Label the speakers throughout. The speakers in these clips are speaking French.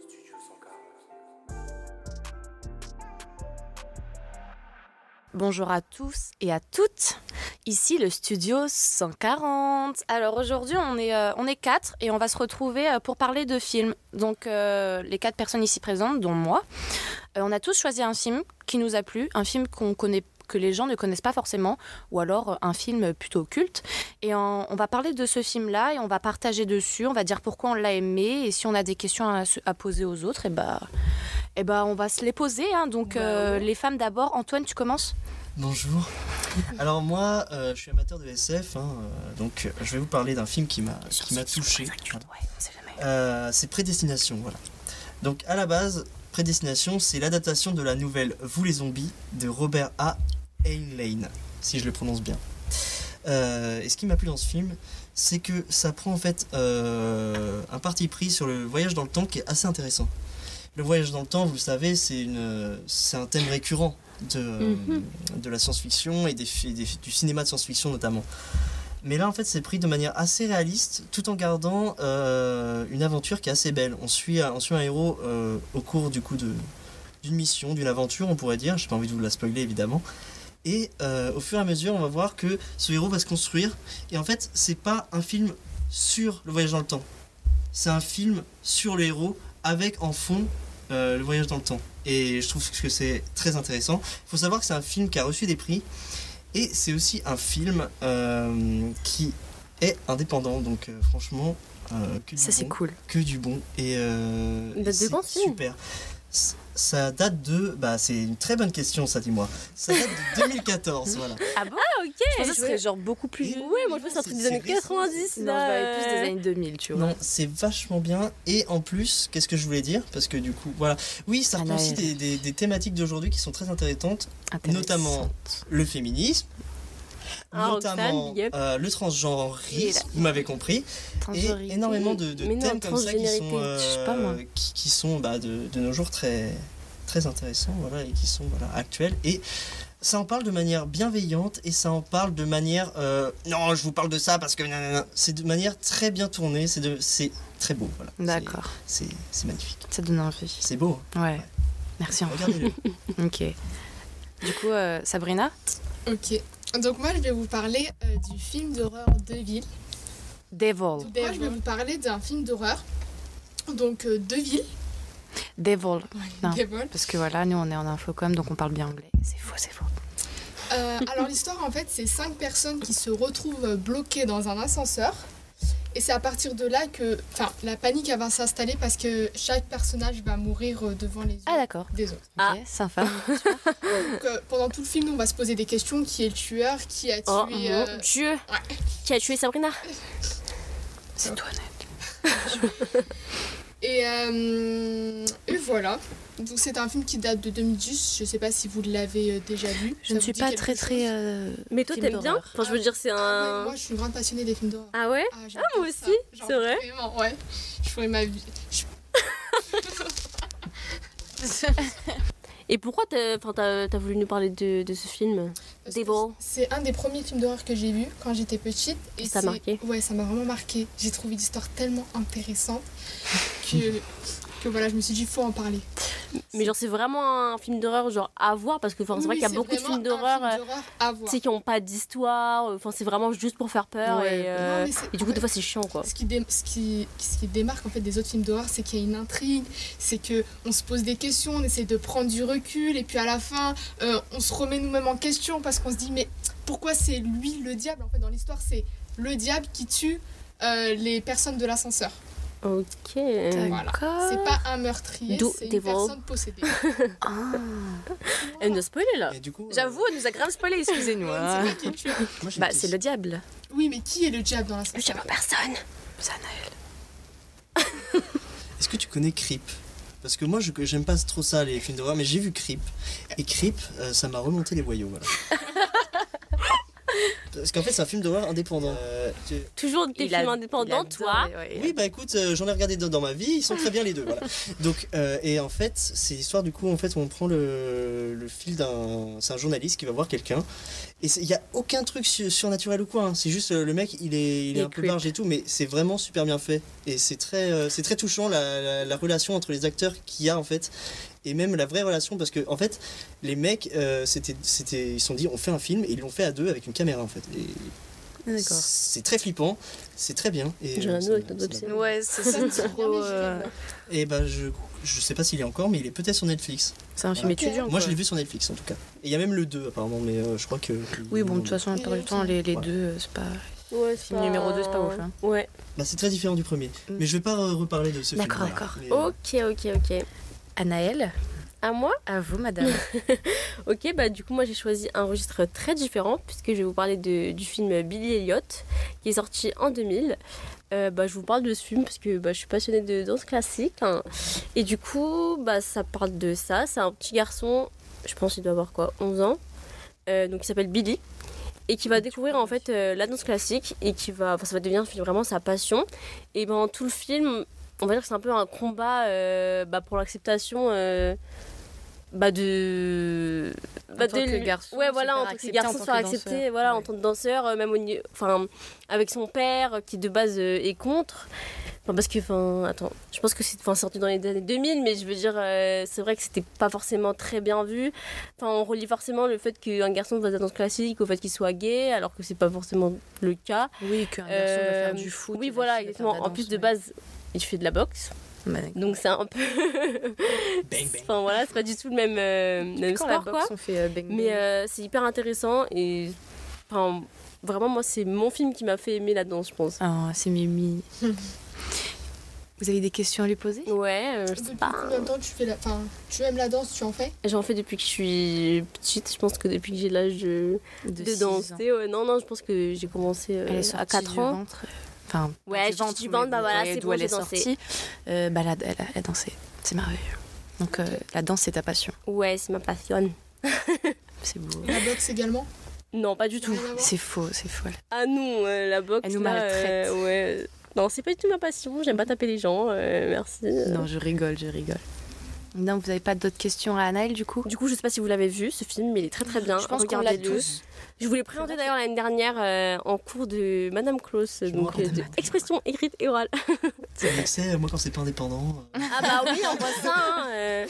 Speaker 1: Studio 140.
Speaker 2: Bonjour à tous et à toutes. Ici le studio 140. Alors aujourd'hui on est euh, on est quatre et on va se retrouver euh, pour parler de films. Donc euh, les quatre personnes ici présentes, dont moi, Euh, on a tous choisi un film qui nous a plu, un film qu'on connaît que les gens ne connaissent pas forcément, ou alors euh, un film plutôt culte. Et en- on va parler de ce film-là et on va partager dessus, on va dire pourquoi on l'a aimé, et si on a des questions à, se- à poser aux autres, et bah, et bah on va se les poser. hein. Donc
Speaker 3: Bah
Speaker 2: euh,
Speaker 3: ouais.
Speaker 2: les femmes d'abord, Antoine, tu commences
Speaker 4: Bonjour. Alors moi, euh, je suis amateur de SF, hein, euh, donc euh, je vais vous parler d'un film qui m'a qui m'a touché. Voilà. Euh, c'est Prédestination, voilà. Donc à la base, Prédestination, c'est l'adaptation de la nouvelle Vous les zombies de Robert A. Heinlein, si je le prononce bien. Euh, et ce qui m'a plu dans ce film, c'est que ça prend en fait euh, un parti pris sur le voyage dans le temps qui est assez intéressant. Le voyage dans le temps, vous le savez, c'est une- c'est un thème récurrent de,
Speaker 2: Mhm.
Speaker 4: de la science-fiction et des, fi- des- du cinéma de science-fiction notamment. Mais là, en fait, c'est pris de manière assez réaliste, tout en gardant euh, une aventure qui est assez belle. On suit, un- on suit un héros euh, au cours du coup de- d'une mission, d'une aventure, on pourrait dire. J'ai pas envie de vous la spoiler, évidemment. Et euh, au fur et à mesure, on va voir que ce héros va se construire. Et en fait, c'est pas un film sur le voyage dans le temps. C'est un film sur le héros, avec en fond euh, le voyage dans le temps. Et je trouve que c'est très intéressant. Il faut savoir que c'est un film qui a reçu des prix. Et c'est aussi un film euh, qui est indépendant. Donc euh, franchement, euh, que, du
Speaker 2: Ça c'est
Speaker 4: bon,
Speaker 2: cool.
Speaker 4: que du bon. Et euh,
Speaker 3: Date de
Speaker 4: c'est
Speaker 3: quand, ce film
Speaker 4: super. S- Ça date de... Bah c'est une très bonne question ça, dis-moi. Ça date de 2014, voilà.
Speaker 2: Ah bon
Speaker 3: ok.
Speaker 2: Je
Speaker 3: je
Speaker 2: pensais que ce serait genre beaucoup plus vieux.
Speaker 3: Ouais, moi je pense que c'est un truc des
Speaker 4: C'est
Speaker 3: années
Speaker 4: récent.
Speaker 3: 90.
Speaker 2: Non,
Speaker 3: là,
Speaker 2: je vais plus des
Speaker 3: euh.
Speaker 2: années 2000, tu vois.
Speaker 4: Non, c'est vachement bien. Et en plus, qu'est-ce que je voulais dire Parce que du coup, voilà. Oui, ça reprend
Speaker 2: Ah,
Speaker 4: aussi
Speaker 2: ouais.
Speaker 4: des, des- des thématiques d'aujourd'hui qui sont très intéressantes.
Speaker 2: Intéressant.
Speaker 4: Notamment le féminisme,
Speaker 3: Ah, Roxane,
Speaker 4: notamment
Speaker 3: big up.
Speaker 4: euh, le transgenreisme, vous m'avez compris, et
Speaker 2: Transgenré.
Speaker 4: énormément de, de
Speaker 3: Mais non,
Speaker 4: thèmes comme ça qui
Speaker 3: transgénérité,
Speaker 4: sont,
Speaker 2: je sais pas, moi.
Speaker 4: qui, qui sont bah, de, de nos jours très, très intéressants voilà, et qui sont voilà, actuels. Et ça en parle de manière bienveillante et ça en parle de manière. euh, non, je vous parle de ça parce que. nanana. C'est de manière très bien tournée, c'est de- c'est très beau. Voilà.
Speaker 2: D'accord,
Speaker 4: C'est c'est magnifique.
Speaker 2: ça donne envie.
Speaker 4: C'est beau. hein.
Speaker 2: Ouais. Merci.
Speaker 4: Regardez-le.
Speaker 2: ok. Du coup, euh, Sabrina
Speaker 5: Ok. Donc moi, je vais vous parler euh, du film d'horreur Deville.
Speaker 3: Oh.
Speaker 2: Devil.
Speaker 5: Donc moi, je vais vous parler d'un film d'horreur. Donc euh, Deville,
Speaker 2: Devil.
Speaker 3: Ah.
Speaker 2: Non.
Speaker 5: Devil.
Speaker 2: Parce que voilà, nous on est en infocom, donc on parle bien anglais. C'est faux, c'est faux.
Speaker 5: Euh, alors l'histoire, en fait, c'est cinq personnes qui se retrouvent euh, bloquées dans un ascenseur. Et c'est à partir de là que, enfin, la panique elle va s'installer parce que chaque personnage va mourir euh, devant les yeux
Speaker 2: Ah d'accord.
Speaker 5: des autres.
Speaker 3: Ah.
Speaker 2: Ok, sympa.
Speaker 5: Donc euh, pendant tout le film, nous, on va se poser des questions qui est le tueur, qui a tué.
Speaker 3: Oh
Speaker 5: euh,
Speaker 3: mon dieu Qui a tué Sabrina
Speaker 2: C'est toi, Ned.
Speaker 5: Et, euh, et voilà. Donc c'est un film qui date de 2010. Je sais pas si vous l'avez euh, déjà vu.
Speaker 2: Je
Speaker 5: Ça
Speaker 2: ne
Speaker 5: vous
Speaker 2: suis
Speaker 5: dit
Speaker 2: pas
Speaker 5: quelque
Speaker 2: très
Speaker 5: chose
Speaker 2: très. euh,
Speaker 3: Mais toi
Speaker 2: Film
Speaker 3: t'aimes bien
Speaker 2: d'horreur.
Speaker 3: Enfin je veux dire c'est
Speaker 5: Ah ouais,
Speaker 3: un...
Speaker 5: moi, je suis une grande passionnée des films d'horreur.
Speaker 3: Euh. Ah ouais
Speaker 5: Ah,
Speaker 3: moi aussi, c'est vrai.
Speaker 5: Vraiment, ouais. Je ferais ma vie. Je-
Speaker 2: euh,
Speaker 3: Et pourquoi t'as enfin, t'as- t'as voulu nous parler de, de ce film
Speaker 5: parce que
Speaker 3: Devil
Speaker 5: C'est un des premiers films d'horreur que j'ai vu quand j'étais petite. Et
Speaker 3: Ça a
Speaker 5: c'est-
Speaker 3: marqué.
Speaker 5: Ouais, ça m'a vraiment marqué. J'ai trouvé l'histoire tellement intéressante que, que voilà, je me suis dit, faut en parler.
Speaker 3: Mais genre c'est vraiment un film d'horreur genre à voir parce que enfin, c'est vrai
Speaker 5: Oui,
Speaker 3: qu'il y a beaucoup de
Speaker 5: vraiment
Speaker 3: films
Speaker 5: un
Speaker 3: d'horreur
Speaker 5: film
Speaker 3: euh,
Speaker 5: d'horreur à
Speaker 3: tu
Speaker 5: voir.
Speaker 3: sais, qui ont pas d'histoire, euh, enfin c'est vraiment juste pour faire peur
Speaker 2: Ouais.
Speaker 3: et, euh,
Speaker 5: Non, mais c'est-
Speaker 3: et du coup des fois c'est chiant quoi.
Speaker 5: Ce qui, dé- ce, qui, ce qui démarque en fait des autres films d'horreur, c'est qu'il y a une intrigue, c'est que on se pose des questions, on essaie de prendre du recul, et puis à la fin, euh, on se remet nous-mêmes en question parce qu'on se dit mais pourquoi c'est lui le diable En fait, dans l'histoire, c'est le diable qui tue euh, les personnes de l'ascenseur.
Speaker 3: Ok.
Speaker 2: D'accord.
Speaker 5: C'est pas un meurtrier,
Speaker 3: Ah. D'où
Speaker 5: c'est une
Speaker 3: Devil.
Speaker 5: personne possédée.
Speaker 2: Ah.
Speaker 3: Elle nous a spoilé là.
Speaker 4: Et du coup, euh,
Speaker 2: J'avoue, elle nous a grave spoilé, excusez-nous.
Speaker 5: On ne
Speaker 2: hein.
Speaker 5: sait pas qui est le tueur.
Speaker 4: moi, j'ai une
Speaker 2: Bah, c'est
Speaker 4: question.
Speaker 2: le diable.
Speaker 5: Oui, mais qui est le diable dans l'ascenseur
Speaker 3: personne.
Speaker 2: Ça, Naël.
Speaker 4: Est-ce que tu connais Creep Parce que moi, je j'aime pas trop ça, les films d'horreur, mais j'ai vu Creep. Et Creep, euh, ça m'a remonté les voyous, voilà. Parce qu'en fait, c'est un film d'horreur indépendant. Euh, Tu-
Speaker 3: Toujours des
Speaker 2: Il a-
Speaker 3: films indépendants,
Speaker 2: il
Speaker 3: toi.
Speaker 2: adorait, ouais.
Speaker 4: Oui, bah écoute, euh, j'en ai regardé deux dans ma vie, ils sont très bien les deux. Voilà. Donc, euh, et en fait, c'est l'histoire du coup, en fait, on prend le, le fil d'un. C'est un journaliste qui va voir quelqu'un. Et c'est- il n'y a aucun truc su- surnaturel ou quoi. hein. C'est juste euh, le mec, il est, il
Speaker 2: Il
Speaker 4: est un peu
Speaker 2: creep.
Speaker 4: large et tout, mais c'est vraiment super bien fait. Et c'est très, euh, c'est très touchant la, la- la relation entre les acteurs qu'il y a en fait. Et même la vraie relation, parce que en fait, les mecs, euh, c'était, c'était, ils se sont dit, on fait un film, et ils l'ont fait à deux avec une caméra en fait. Et
Speaker 3: D'accord.
Speaker 4: c'est très flippant, c'est très bien. Et,
Speaker 3: J'ai
Speaker 4: euh,
Speaker 3: un
Speaker 4: ça
Speaker 3: nous avec
Speaker 4: m'a-
Speaker 3: notre
Speaker 4: ça m'a-
Speaker 3: obsession.
Speaker 2: Ouais, c'est
Speaker 5: Ça,
Speaker 2: c'est
Speaker 5: c'est
Speaker 2: trop.
Speaker 5: bien, mais
Speaker 2: euh,
Speaker 5: j'ai-
Speaker 4: Et bah je je sais pas s'il est encore, mais il est peut-être sur Netflix.
Speaker 2: C'est un film
Speaker 5: Ok.
Speaker 2: étudiant.
Speaker 4: Moi
Speaker 2: quoi.
Speaker 4: je l'ai vu sur Netflix en tout cas. Et il y a même le 2 apparemment, mais euh, je crois que.
Speaker 2: Oui, bon, de toute façon, on perd du temps, les, les
Speaker 4: Ouais.
Speaker 2: deux, euh, c'est pas.
Speaker 3: Bah, Ouais,
Speaker 2: Film numéro deux, c'est pas ouf, hein.
Speaker 3: Ouais.
Speaker 4: Bah, c'est très différent du premier.
Speaker 2: Mm.
Speaker 4: Mais je vais pas euh, reparler de ce film.
Speaker 2: D'accord,
Speaker 4: voilà.
Speaker 2: d'accord.
Speaker 4: Mais, euh,
Speaker 3: Ok, ok, ok.
Speaker 2: Anaël,
Speaker 3: À moi
Speaker 2: à vous, madame.
Speaker 3: Ok, bah du coup, moi j'ai choisi un registre très différent puisque je vais vous parler de- du film Billy Elliot qui est sorti en 2000. Euh, bah, je vous parle de ce film parce que bah, je suis passionnée de danse classique. hein. Et du coup, bah, ça parle de ça. C'est un petit garçon, je pense qu'il doit avoir quoi, 11 ans, euh, donc il s'appelle Billy et qui va découvrir en fait euh, la danse classique et qui va, enfin, ça va devenir vraiment sa passion. Et ben tout le film, on va dire que c'est un peu un combat euh, bah, pour l'acceptation. euh, bah de
Speaker 2: En tant que garçon,
Speaker 3: Bah, ouais
Speaker 2: se
Speaker 3: voilà
Speaker 2: faire
Speaker 3: en tant que
Speaker 2: accepter,
Speaker 3: garçon
Speaker 2: en
Speaker 3: se
Speaker 2: tant
Speaker 3: faire
Speaker 2: que
Speaker 3: accepter
Speaker 2: danseur.
Speaker 3: voilà en
Speaker 2: Ouais.
Speaker 3: tant que danseur euh, même au niveau enfin avec son père euh, qui de base euh, est contre Enfin, parce que, enfin, attends, je pense que c'est enfin, sorti dans les années 2000, mais je veux dire, euh, c'est vrai que c'était pas forcément très bien vu. Enfin, on relie forcément le fait qu'un garçon fasse de la danse classique au fait qu'il soit gay, alors que c'est pas forcément le cas.
Speaker 2: oui, qu'un
Speaker 3: Euh, Oui, voilà, exactement. En plus, de base, il fait de la boxe,
Speaker 2: Bah,
Speaker 3: donc c'est un peu.
Speaker 4: Bang bang.
Speaker 3: enfin, voilà, c'est pas du tout le même, euh, même sport, quoi.
Speaker 2: on fait euh, bang, bang.
Speaker 3: Mais euh, c'est hyper intéressant et. Enfin, vraiment, moi, c'est mon film qui m'a fait aimer la danse, je pense.
Speaker 2: Ah, c'est Mimi. vous avez des questions à lui poser
Speaker 3: Ouais, euh, je sais
Speaker 5: Depuis
Speaker 3: pas.
Speaker 5: combien de temps tu fais la. Enfin, tu aimes la danse, tu en fais
Speaker 3: J'en fais depuis que je suis petite. Je pense que depuis que j'ai l'âge de, de
Speaker 2: six ans.
Speaker 3: danser. ouais. Non, non, je pense que j'ai commencé euh,
Speaker 2: Elle est
Speaker 3: à
Speaker 2: sortie
Speaker 3: 4
Speaker 2: du
Speaker 3: ans.
Speaker 2: ventre. Enfin, pas
Speaker 3: Ouais, je
Speaker 2: du
Speaker 3: suis
Speaker 2: ventre,
Speaker 3: du
Speaker 2: mais
Speaker 3: ventre, bah
Speaker 2: vous
Speaker 3: voilà,
Speaker 2: voyez
Speaker 3: c'est
Speaker 2: d'où
Speaker 3: bon,
Speaker 2: elle
Speaker 3: j'ai
Speaker 2: est
Speaker 3: dansé.
Speaker 2: sortie. Euh, bah, elle, a, elle a- elle a dansé. C'est merveilleux. Donc euh, la danse, c'est ta passion.
Speaker 3: Ouais, c'est ma passion.
Speaker 2: C'est beau.
Speaker 5: La boxe également
Speaker 3: Non, pas du tout.
Speaker 5: Rien à voir
Speaker 2: C'est faux, c'est faux. là.
Speaker 3: Ah non, euh, la boxe.
Speaker 2: Elle nous
Speaker 3: là,
Speaker 2: maltraite.
Speaker 3: euh, ouais. Non, c'est pas du tout ma passion. J'aime pas taper les gens. euh, merci.
Speaker 2: Non, je rigole, je rigole. Non, vous n'avez pas d'autres questions à Anaël du coup
Speaker 3: Du coup, je sais pas si vous l'avez vu ce film, mais il est très très bien.
Speaker 2: Je pense qu'on l'a
Speaker 3: Regardez-le.
Speaker 2: tous.
Speaker 3: Je vous l'ai présenté d'ailleurs l'année dernière euh, en cours de Madame Klaus,
Speaker 4: me
Speaker 3: donc
Speaker 4: rappelle
Speaker 3: euh,
Speaker 4: de
Speaker 3: de
Speaker 4: Madame
Speaker 3: expression écrite et orale.
Speaker 4: Tu sais, moi quand c'est pas indépendant. euh,
Speaker 3: Ah bah oui, on voit ça. hein, euh.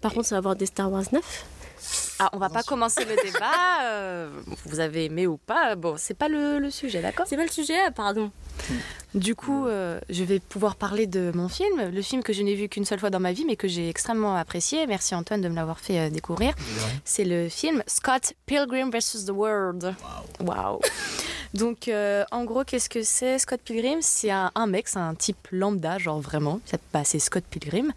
Speaker 3: Par contre, ça va avoir des Star Wars 9.
Speaker 2: Ah, on va pas
Speaker 4: Attention.
Speaker 2: commencer le débat. euh, vous avez aimé ou pas Bon, c'est pas le, le sujet, d'accord
Speaker 3: C'est pas le sujet, euh, pardon.
Speaker 2: Du coup, euh, je vais pouvoir parler de mon film, le film que je n'ai vu qu'une seule fois dans ma vie, mais que j'ai extrêmement apprécié. Merci Antoine de me l'avoir fait euh, découvrir. C'est le film Scott Pilgrim vs. the World. Waouh. Donc, euh, en gros, qu'est-ce que c'est Scott Pilgrim C'est un, un mec, c'est un type lambda, genre vraiment. Ça- bah, c'est Scott Pilgrim.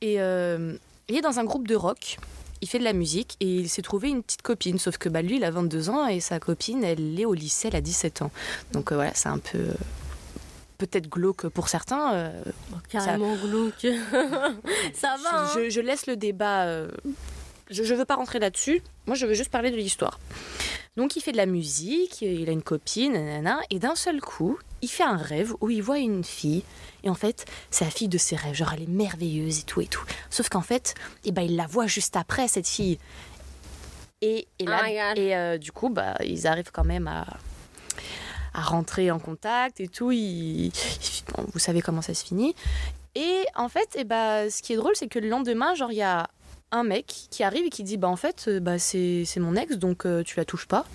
Speaker 2: Et euh, il est dans un groupe de rock. Il fait de la musique et il s'est trouvé une petite copine. Sauf que bah, lui, il a 22 ans et sa copine, elle est au lycée, elle a 17 ans. Donc euh, voilà, c'est un peu. euh, Peut-être glauque pour certains. euh,
Speaker 3: Carrément glauque. ça va. hein.
Speaker 2: je, je laisse le débat. euh, je ne veux pas rentrer là-dessus. Moi, je veux juste parler de l'histoire. Donc, il fait de la musique, euh, il a une copine, nanana, et d'un seul coup, il fait un rêve où il voit une fille. Et en fait, c'est la fille de ses rêves. Genre, elle est merveilleuse et tout et tout. Sauf qu'en fait, eh ben, il la voit juste après, cette fille. Et, et là,
Speaker 3: Oh my God.
Speaker 2: et euh, du coup, bah, ils arrivent quand même à, à rentrer en contact et tout. Ils- bon, vous savez comment ça se finit. Et en fait, eh ben, ce qui est drôle, c'est que le lendemain, genre, il y a un mec qui arrive et qui dit bah en fait euh, bah c'est c'est mon ex donc euh, tu la touches pas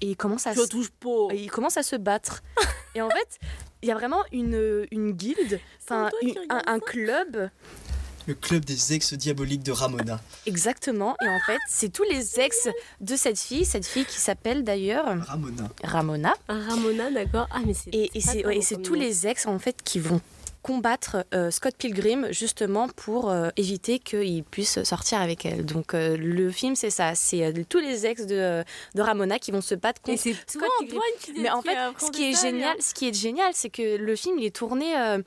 Speaker 2: et il commence à
Speaker 3: Je
Speaker 2: se...
Speaker 3: touche pas.
Speaker 2: il commence à se battre et en fait il y a vraiment une, euh, une guilde enfin
Speaker 3: toi qui
Speaker 2: une- un,
Speaker 3: regardes
Speaker 2: un club
Speaker 4: Le club des ex diaboliques de Ramona.
Speaker 2: exactement et en fait c'est tous les ex de cette fille cette fille qui s'appelle d'ailleurs
Speaker 4: Ramona.
Speaker 2: Ramona
Speaker 3: Ramona, d'accord. Ah, mais c'est.
Speaker 2: et, et
Speaker 3: pas
Speaker 2: c'est
Speaker 3: drôle
Speaker 2: ouais, et c'est
Speaker 3: comme
Speaker 2: tous
Speaker 3: nom.
Speaker 2: les ex en fait qui vont combattre euh, Scott Pilgrim justement pour euh, éviter qu'il puisse sortir avec elle. Donc euh, le film c'est ça, c'est euh, tous les ex de, de Ramona qui vont se battre contre
Speaker 3: c'est
Speaker 2: Scott Pilgrim.
Speaker 3: qui
Speaker 2: Mais en fait, ce qui est génial, ce qui est génial, c'est que le film il est tourné. euh,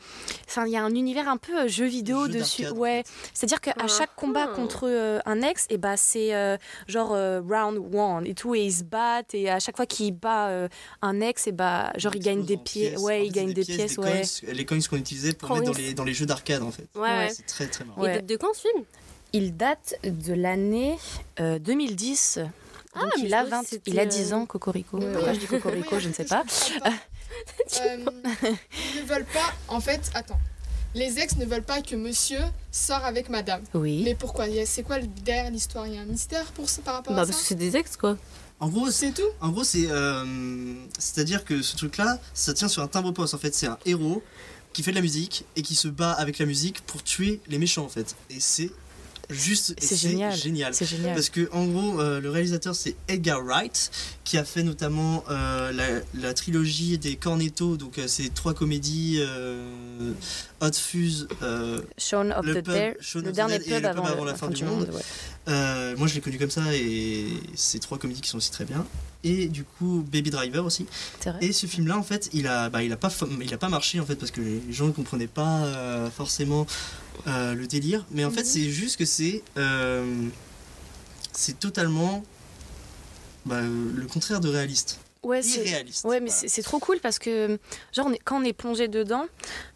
Speaker 2: Enfin, il y a un univers un peu euh, jeu vidéo
Speaker 4: Jeu
Speaker 2: dessus.
Speaker 4: d'arcade, en
Speaker 2: Ouais. C'est-à-dire qu'à
Speaker 3: Ah.
Speaker 2: chaque combat
Speaker 3: Hmm.
Speaker 2: contre euh, un ex, et bah c'est euh, genre euh, round one et tout, et ils se battent. Et à chaque fois qu'il bat euh, un ex, et bah genre il gagne
Speaker 4: explose
Speaker 2: des
Speaker 4: en
Speaker 2: pieds.
Speaker 4: pièces. En
Speaker 2: Ouais,
Speaker 4: fait,
Speaker 2: il
Speaker 4: c'est
Speaker 2: gagne des pièces.
Speaker 4: des
Speaker 2: Ouais.
Speaker 4: coins, les coins qu'on utilisait pour mettre dans
Speaker 3: Coins.
Speaker 4: les, dans les jeux d'arcade en fait.
Speaker 3: Ouais, ouais.
Speaker 4: C'est très très marrant.
Speaker 2: Ouais.
Speaker 3: Et date de quand ce film
Speaker 2: Il date de l'année euh, 2010.
Speaker 3: Ah,
Speaker 2: Donc,
Speaker 3: mais
Speaker 2: il
Speaker 3: je
Speaker 2: a,
Speaker 3: pensais que
Speaker 2: 20
Speaker 3: c'était,
Speaker 2: il a
Speaker 3: euh,
Speaker 2: 10 ans, Cocorico.
Speaker 5: Ouais.
Speaker 2: Pourquoi je dis Cocorico, je ne sais pas.
Speaker 5: Euh, ils ne veulent pas, en fait, attends. Les ex ne veulent pas que monsieur sorte avec madame.
Speaker 2: Oui.
Speaker 5: Mais pourquoi Il y a- C'est quoi le- derrière l'histoire Il y a un mystère pour ça, par rapport
Speaker 3: Bah
Speaker 5: à
Speaker 3: parce que
Speaker 5: ça
Speaker 3: c'est des ex quoi.
Speaker 4: En gros, c'est-
Speaker 5: C'est tout
Speaker 4: en gros, c'est euh, c'est-à-dire que ce truc-là, ça tient sur un timbre poste en fait. C'est un héros qui fait de la musique et qui se bat avec la musique pour tuer les méchants en fait. Et c'est juste et
Speaker 2: C'est génial.
Speaker 4: génial.
Speaker 2: C'est génial.
Speaker 4: Parce que en gros, euh, le réalisateur c'est Edgar Wright qui a fait notamment euh, la, la trilogie des Cornetto, donc euh, ces trois comédies euh, Hot Fuse, euh,
Speaker 2: Shaun of
Speaker 4: le
Speaker 2: the
Speaker 4: pub,
Speaker 2: Dead.
Speaker 4: Shaun
Speaker 2: Le
Speaker 4: of the
Speaker 2: dernier
Speaker 4: Dead
Speaker 2: pub
Speaker 4: et le
Speaker 2: avant,
Speaker 4: pub avant la fin du monde.
Speaker 2: ouais.
Speaker 4: Euh, moi je l'ai connu comme ça et c'est trois comédies qui sont aussi très bien. Et du coup Baby Driver aussi.
Speaker 2: C'est vrai.
Speaker 4: Et ce film là en fait il a, bah, il a, pas, fa- il a pas marché en fait parce que les gens ne comprenaient pas euh, forcément euh, le délire. Mais en fait
Speaker 5: Mhm.
Speaker 4: c'est juste que c'est euh, c'est totalement bah, euh, le contraire de réaliste.
Speaker 2: Ouais, c'est-
Speaker 4: Irréaliste.
Speaker 2: Ouais, mais c'est-
Speaker 4: Voilà.
Speaker 2: c'est trop cool parce que, genre, on est- quand on est plongé dedans,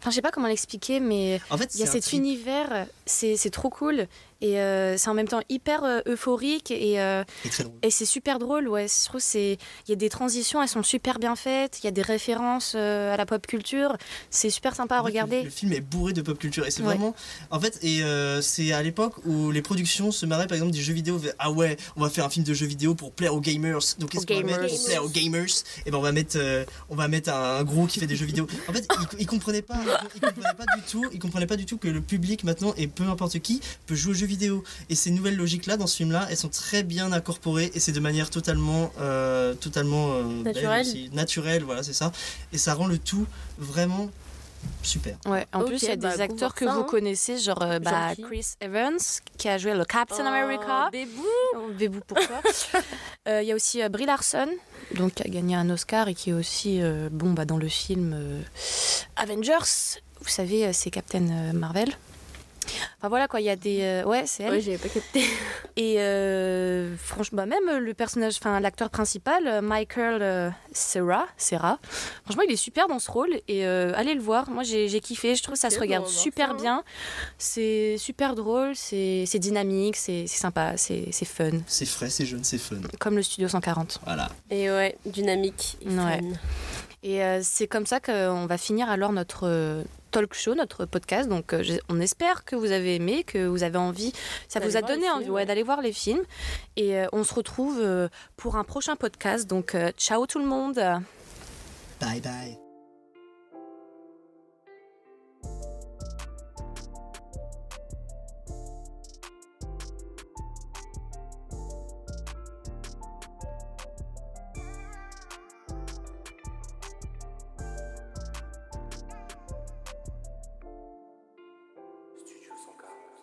Speaker 2: enfin, je sais pas comment l'expliquer, mais
Speaker 4: En fait
Speaker 2: il y a
Speaker 4: c'est un
Speaker 2: cet
Speaker 4: trip.
Speaker 2: univers, c'est c'est trop cool. Et euh, c'est en même temps hyper euh, euphorique et, euh,
Speaker 4: Et très drôle.
Speaker 2: et c'est super drôle, ouais. Je trouve c'est il y a des transitions, elles sont super bien faites, il y a des références euh, à la pop culture, c'est super sympa à
Speaker 4: En fait, Le,
Speaker 2: regarder.
Speaker 4: le film est bourré de pop culture et c'est
Speaker 2: Ouais.
Speaker 4: vraiment. En fait, et euh, c'est à l'époque où les productions se marraient par exemple des jeux vidéo. fait, Ah ouais, on va faire un film de jeux vidéo pour plaire aux gamers. Donc qu'est-ce
Speaker 2: Aux
Speaker 4: qu'on va mettre
Speaker 2: gamers.
Speaker 4: pour plaire aux gamers Et ben on va mettre, euh, on va mettre un, un gros qui fait des jeux vidéo. En fait, ils, ils comprenaient pas, ils comprenaient pas du tout, ils comprenaient pas du tout que le public maintenant et peu importe qui peut jouer aux jeux vidéo. Et ces nouvelles logiques là dans ce film là, elles sont très bien incorporées et c'est de manière totalement, euh, totalement euh, belle
Speaker 3: Naturelle.
Speaker 4: aussi. naturelle. Voilà, c'est ça. Et ça rend le tout vraiment super.
Speaker 2: Ouais. En
Speaker 3: Ok,
Speaker 2: plus, il y a
Speaker 3: bah,
Speaker 2: des
Speaker 3: go
Speaker 2: acteurs
Speaker 3: voir
Speaker 2: que
Speaker 3: ça,
Speaker 2: vous
Speaker 3: hein.
Speaker 2: connaissez, genre euh, bah,
Speaker 3: qui
Speaker 2: Chris Evans qui a joué le Captain America.
Speaker 3: Oh, bébou.
Speaker 2: Oh, Bébou pourquoi Euh, Il y a aussi euh, Brie Larson, donc qui a gagné un Oscar et qui est aussi euh, bon bah, dans le film euh, Avengers. Vous savez, euh, c'est Captain euh, Marvel. Enfin voilà quoi, il y a des euh, ouais c'est elle.
Speaker 3: Ouais j'avais pas capté.
Speaker 2: Et euh, franchement, bah, même le personnage, enfin l'acteur principal, euh, Michael euh, Cera, Cera, franchement il est super dans ce rôle et euh, allez le voir. Moi j'ai j'ai kiffé, je trouve que ça
Speaker 3: Ok,
Speaker 2: se
Speaker 3: bon,
Speaker 2: regarde
Speaker 3: on va voir
Speaker 2: super
Speaker 3: ça, hein.
Speaker 2: bien. C'est super drôle, c'est c'est dynamique, c'est c'est sympa, c'est c'est fun,
Speaker 4: C'est frais, c'est jeune, c'est fun.
Speaker 2: comme le Studio 140.
Speaker 4: Voilà.
Speaker 3: Et ouais dynamique. et
Speaker 2: Ouais.
Speaker 3: fun.
Speaker 2: Et euh, c'est comme ça qu'on va finir alors notre euh, talk show, notre podcast. Donc euh, j'ai- on espère que vous avez aimé, que vous avez envie, ça
Speaker 3: D'aller
Speaker 2: vous a
Speaker 3: voir les
Speaker 2: donné
Speaker 3: films,
Speaker 2: envie ouais,
Speaker 3: ouais.
Speaker 2: d'aller voir les films. Et euh, on se retrouve euh, pour un prochain podcast. Donc euh, ciao tout le monde
Speaker 4: Bye bye.
Speaker 1: Studio 140.